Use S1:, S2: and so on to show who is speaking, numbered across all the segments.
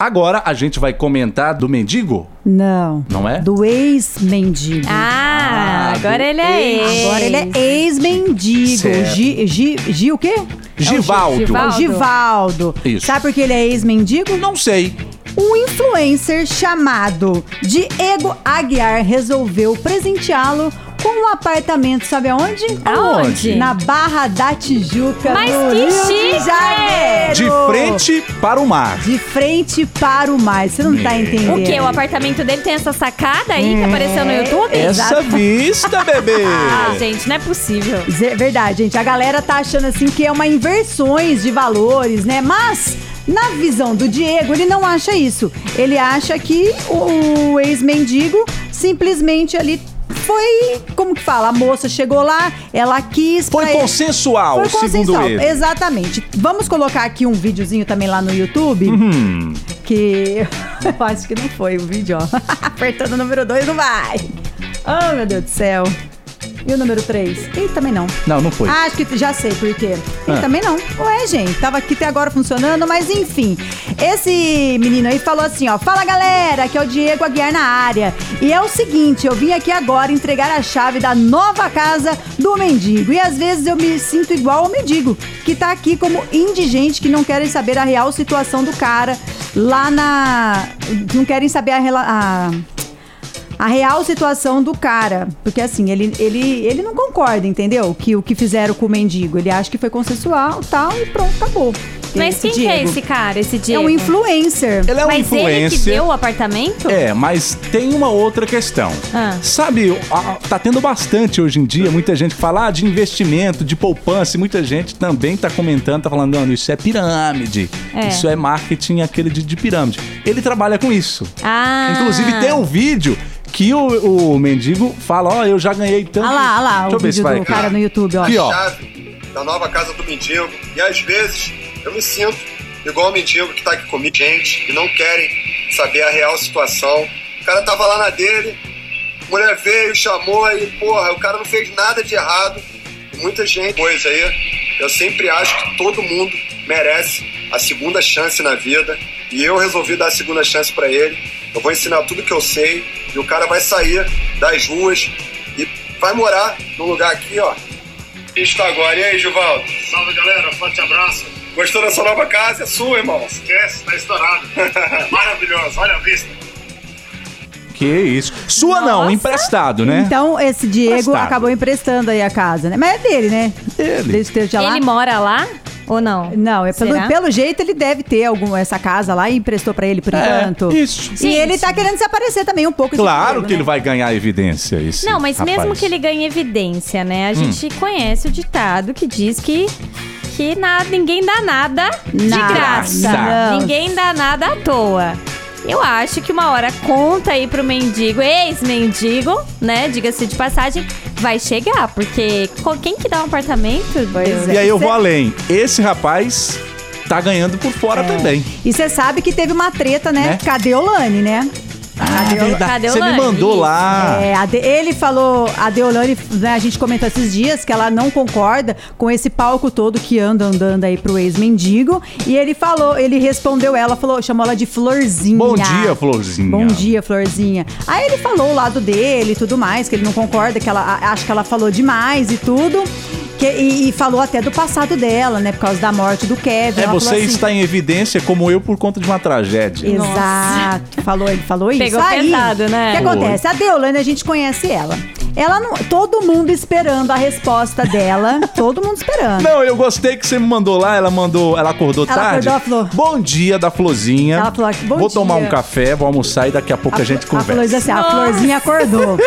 S1: Agora a gente vai comentar do mendigo,
S2: Não.
S1: não é?
S2: Do ex-mendigo.
S1: Ah,
S3: Ah, agora ele é ex.
S2: Agora ele é ex-mendigo.
S1: Certo.
S2: Gi, Gi, Gi, o quê?
S1: Givaldo.
S2: O
S3: Givaldo.
S2: Givaldo.
S1: Isso.
S2: Sabe por que ele é ex-mendigo?
S1: Não sei.
S2: Um influencer chamado Diego Aguiar resolveu presenteá-lo com um apartamento, sabe aonde?
S3: Aonde?
S2: Na Barra da Tijuca,
S3: Mas
S2: no
S3: que
S2: Rio de
S3: chique!
S2: Janeiro.
S1: De frente para o mar.
S2: De frente para o mar. Você não tá
S1: Meu.
S2: entendendo.
S3: O quê? O apartamento dele tem essa sacada aí que apareceu
S2: É.
S3: no YouTube?
S1: Essa vista, bebê.
S3: Ah, gente, não é possível.
S2: Zé- Verdade, gente. A galera tá achando assim que é uma inversões de valores, né? Mas na visão do Diego, ele não acha isso. Ele acha que o, o ex-mendigo simplesmente ali foi, como que fala? A moça chegou lá, ela quis
S1: Foi
S2: pra ele-
S1: consensual,
S2: Foi
S1: segundo
S2: consensual,
S1: ele.
S2: exatamente. Vamos colocar aqui um videozinho também lá no YouTube,
S1: Hum,
S2: que eu acho que não foi o vídeo, ó. Apertando o número 2 não vai. Oh, meu Deus do céu. E o número 3? Ih, também não.
S1: não, não foi.
S2: Ah, acho que já sei por quê. E
S1: Ah.
S2: também não. Ué, gente, tava aqui até agora funcionando, mas enfim. Esse menino aí falou assim, ó. Fala, galera, aqui é o Diego Aguiar na área. E é o seguinte, eu vim aqui agora entregar a chave da nova casa do mendigo. E às vezes eu me sinto igual ao mendigo, que tá aqui como indigente, que não querem saber a real situação do cara lá na... Não querem saber a... rela- a a real situação do cara. Porque assim, ele, ele, ele não concorda, entendeu? Que o que fizeram com o mendigo. Ele acha que foi consensual tal, e pronto, acabou.
S3: Mas quem que é
S2: Diego
S3: esse cara, esse
S2: É
S3: Diego?
S2: um influencer.
S1: Ele é um
S3: Mas ele que
S1: influencer.
S3: deu o apartamento?
S1: É, mas tem uma outra questão.
S3: Ah.
S1: Sabe, a- tá tendo bastante hoje em dia, muita gente fala ah, de investimento, de poupança, e muita gente também tá comentando, tá falando, não, isso é pirâmide,
S3: É.
S1: isso é marketing, aquele de, de pirâmide. Ele trabalha com isso.
S3: Ah.
S1: Inclusive tem um vídeo que o, o mendigo fala, ó, eu já ganhei tanto.
S2: Olha Ah lá, olha lá,
S1: Deixa
S2: o
S1: eu ver se
S2: vídeo
S1: vai
S2: do
S1: aqui.
S2: cara no YouTube, ó.
S1: Aqui, ó.
S4: chave da nova casa do mendigo. E às vezes eu me sinto igual o mendigo que tá aqui comigo, gente, que não querem saber a real situação. O cara tava lá na dele, a mulher veio, chamou e, porra, o cara não fez nada de errado. E Muita gente, coisa aí, eu sempre acho que todo mundo merece a segunda chance na vida. E eu resolvi dar a segunda chance pra ele. Eu vou ensinar tudo que eu sei. E o cara vai sair das ruas e vai morar num lugar aqui, ó, está agora. E aí, Givaldo?
S5: Salve galera, forte abraço.
S4: Gostou dessa nova casa? É sua, irmão.
S5: Esquece, tá estourado. Maravilhoso, olha a vista.
S1: Que isso. Sua não,
S3: Nossa.
S1: emprestado, né?
S2: Então, esse Diego
S1: Emprestado.
S2: acabou emprestando aí a casa, né? Mas é dele, né?
S1: Ele.
S2: Desde que esteja lá.
S3: Ele mora lá ou não?
S2: Não, é pelo,
S3: Será?
S2: pelo jeito ele deve ter algum, essa casa lá e emprestou pra ele por
S1: É,
S2: enquanto.
S1: isso.
S2: E
S3: Gente.
S2: ele tá querendo se aparecer também um pouco. de
S1: Claro
S2: dinheiro,
S1: que
S2: né?
S1: ele vai ganhar evidência isso.
S3: Não, mas mesmo que ele ganhe evidência,
S1: Hum.
S3: né? A gente conhece o ditado que diz que que nada, ninguém dá nada de
S2: Nada.
S3: graça.
S2: Não.
S3: Ninguém dá nada à toa. Eu acho que uma hora conta aí pro mendigo, ex-mendigo, né? Diga-se de passagem, vai chegar, porque co- quem que dá um apartamento? Deus?
S2: é.
S1: E aí eu
S2: Você-
S1: vou além. Esse rapaz tá ganhando por fora
S2: É.
S1: também.
S2: E você sabe que teve uma treta, né?
S1: Né?
S2: Cadê o Lani, né? Cadê o-
S3: cadê
S1: Ah, é
S3: o
S1: Você me
S3: Lani?
S1: mandou
S3: Isso.
S1: lá.
S2: É, a De- ele falou, a Deolane, né, a gente comentou esses dias que ela não concorda com esse palco todo que anda andando aí pro ex-mendigo. E ele falou, ele respondeu ela, falou, chamou ela de Florzinha.
S1: Bom dia, Florzinha.
S2: Bom dia, Florzinha. Aí ele falou o lado dele e tudo mais, que ele não concorda, que ela a- acha que ela falou demais e tudo. Que- e, e falou até do passado dela, né? Por causa da morte do Kevin.
S1: É,
S2: Ela falou
S1: você
S2: assim,
S1: está em evidência como eu por conta de uma tragédia.
S3: Nossa.
S2: Exato. Falou, ele falou isso.
S3: Pegou
S2: Aí,
S3: pesado, né?
S2: O que acontece? A Deolane, a gente conhece ela. Ela não. Todo mundo esperando a resposta dela. todo mundo esperando.
S1: Não, eu gostei que você me mandou lá, ela mandou, ela acordou
S2: Ela
S1: tarde.
S2: acordou, ela
S1: Bom dia da Florzinha.
S2: Ela falou, bom
S1: vou
S2: dia.
S1: tomar um café, vou almoçar e daqui a pouco a, gente
S2: Flo- Flor disse
S1: conversa.
S2: assim, a
S3: Nossa.
S2: florzinha acordou.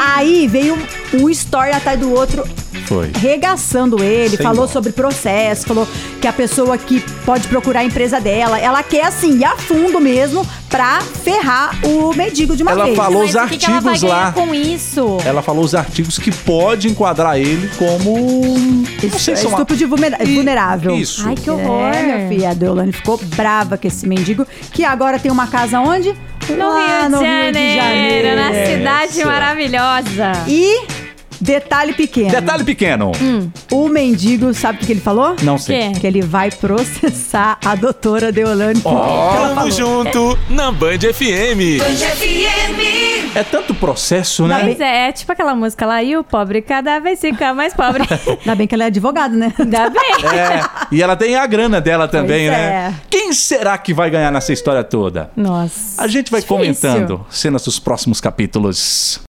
S2: Aí veio um story atrás do outro
S1: Foi.
S2: regaçando ele,
S1: Sem
S2: falou
S1: dó.
S2: sobre processo, falou que a pessoa que pode procurar a empresa dela, ela quer assim, ir a fundo mesmo, pra ferrar o mendigo de uma
S1: Ela
S2: vez.
S1: falou
S3: Mas
S1: os
S3: o que que ela vai
S1: artigos
S3: ganhar
S1: lá. É
S3: com isso?
S1: Ela falou os artigos que pode enquadrar ele como. um- Não sei se é uma-
S2: Estupro de vulnera-
S1: E-
S2: vulnerável.
S1: Isso.
S3: Ai, que horror.
S2: É, minha filha, a Deolane ficou brava com esse mendigo, que agora tem uma casa onde?
S3: No,
S2: Lá
S3: Rio, de Janeiro, na
S1: Janeiro.
S3: cidade
S1: Essa.
S3: maravilhosa.
S2: E Detalhe pequeno.
S1: Detalhe pequeno.
S2: O mendigo, sabe Hum, o que que ele falou?
S1: Não sei.
S3: Quê?
S2: Que ele vai processar a doutora Deolane. por
S1: Ó.
S2: que ela
S6: Tamo
S2: falou.
S6: junto na Band FM.
S1: É tanto processo,
S2: Ainda
S1: né?
S3: Mas é, é tipo aquela música lá, e o pobre cada vez fica mais pobre.
S2: Ainda bem que ela é advogada, né?
S3: Ainda bem.
S1: É. E ela tem a grana dela também,
S2: Pois é.
S1: né? Quem será que vai ganhar nessa história toda?
S3: Nossa.
S1: A gente vai
S3: Difícil.
S1: comentando cenas dos próximos capítulos.